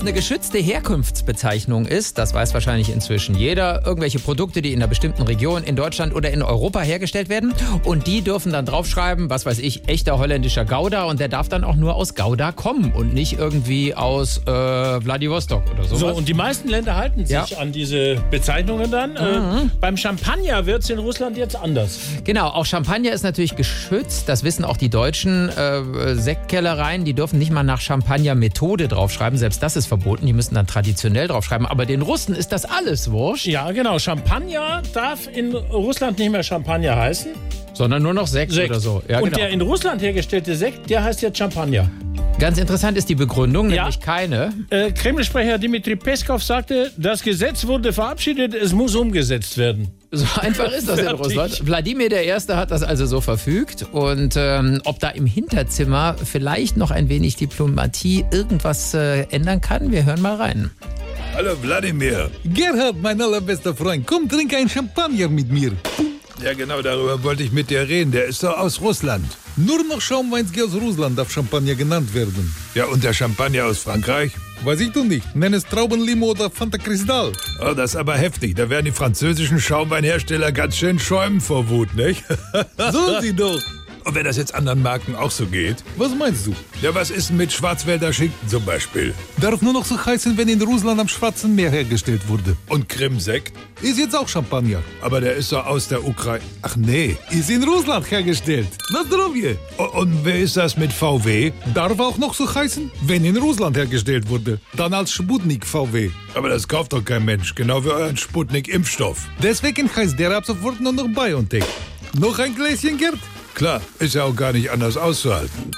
eine geschützte Herkunftsbezeichnung ist, das weiß wahrscheinlich inzwischen jeder, irgendwelche Produkte, die in einer bestimmten Region in Deutschland oder in Europa hergestellt werden und die dürfen dann draufschreiben, was weiß ich, echter holländischer Gouda und der darf dann auch nur aus Gouda kommen und nicht irgendwie aus äh, Vladivostok oder sowas. So, und die meisten Länder halten sich Ja. an diese Bezeichnungen dann. Äh, beim Champagner wird es in Russland jetzt anders. Genau, auch Champagner ist natürlich geschützt. Das wissen auch die deutschen äh, Sektkellereien. Die dürfen nicht mal nach Champagner-Methode draufschreiben. Selbst das ist verboten. Die müssen dann traditionell draufschreiben. Aber den Russen ist das alles wurscht, Ja, genau. Champagner darf in Russland nicht mehr Champagner heißen. sondern nur noch Sekt, Sekt. oder so. Ja, und genau. der in Russland hergestellte Sekt, der heißt jetzt Champagner. Ganz interessant ist die Begründung, Ja. nämlich keine. Äh, Kreml-Sprecher Dmitri Peskov sagte, das Gesetz wurde verabschiedet, es muss umgesetzt werden. So einfach ist das in Fertig. Russland. Wladimir der Erste hat das also so verfügt. Und ähm, ob da im Hinterzimmer vielleicht noch ein wenig Diplomatie irgendwas äh, ändern kann, wir hören mal rein. Hallo Wladimir. Gerhard, mein allerbester Freund, komm, trink ein Champagner mit mir. Ja, genau, darüber wollte ich mit dir reden. Der ist doch aus Russland. Nur noch Schaumweinski aus Russland darf Champagner genannt werden. Ja, und der Champagner aus Frankreich? Weiß ich doch nicht. Nenn es Traubenlimo oder Fanta Cristal. Oh, das ist aber heftig. Da werden die französischen Schaumweinhersteller ganz schön schäumen vor Wut, nicht? So sie doch. Und wenn das jetzt anderen Marken auch so geht. Was meinst du? Ja, was ist denn mit Schwarzwälder Schinken zum Beispiel? Darf nur noch so heißen, wenn in Russland am Schwarzen Meer hergestellt wurde. Und Krimsekt? Ist jetzt auch Champagner. Aber der ist doch aus der Ukraine. Ach nee. Ist in Russland hergestellt. Na zdrowie. O- Und wer ist das mit VW? Darf auch noch so heißen, wenn in Russland hergestellt wurde. Dann als Sputnik VW. Aber das kauft doch kein Mensch. Genau wie euren Sputnik-Impfstoff. Deswegen heißt der ab sofort nur noch BioNTech. Noch ein Gläschen, Gerd? Klar, ist ja auch gar nicht anders auszuhalten.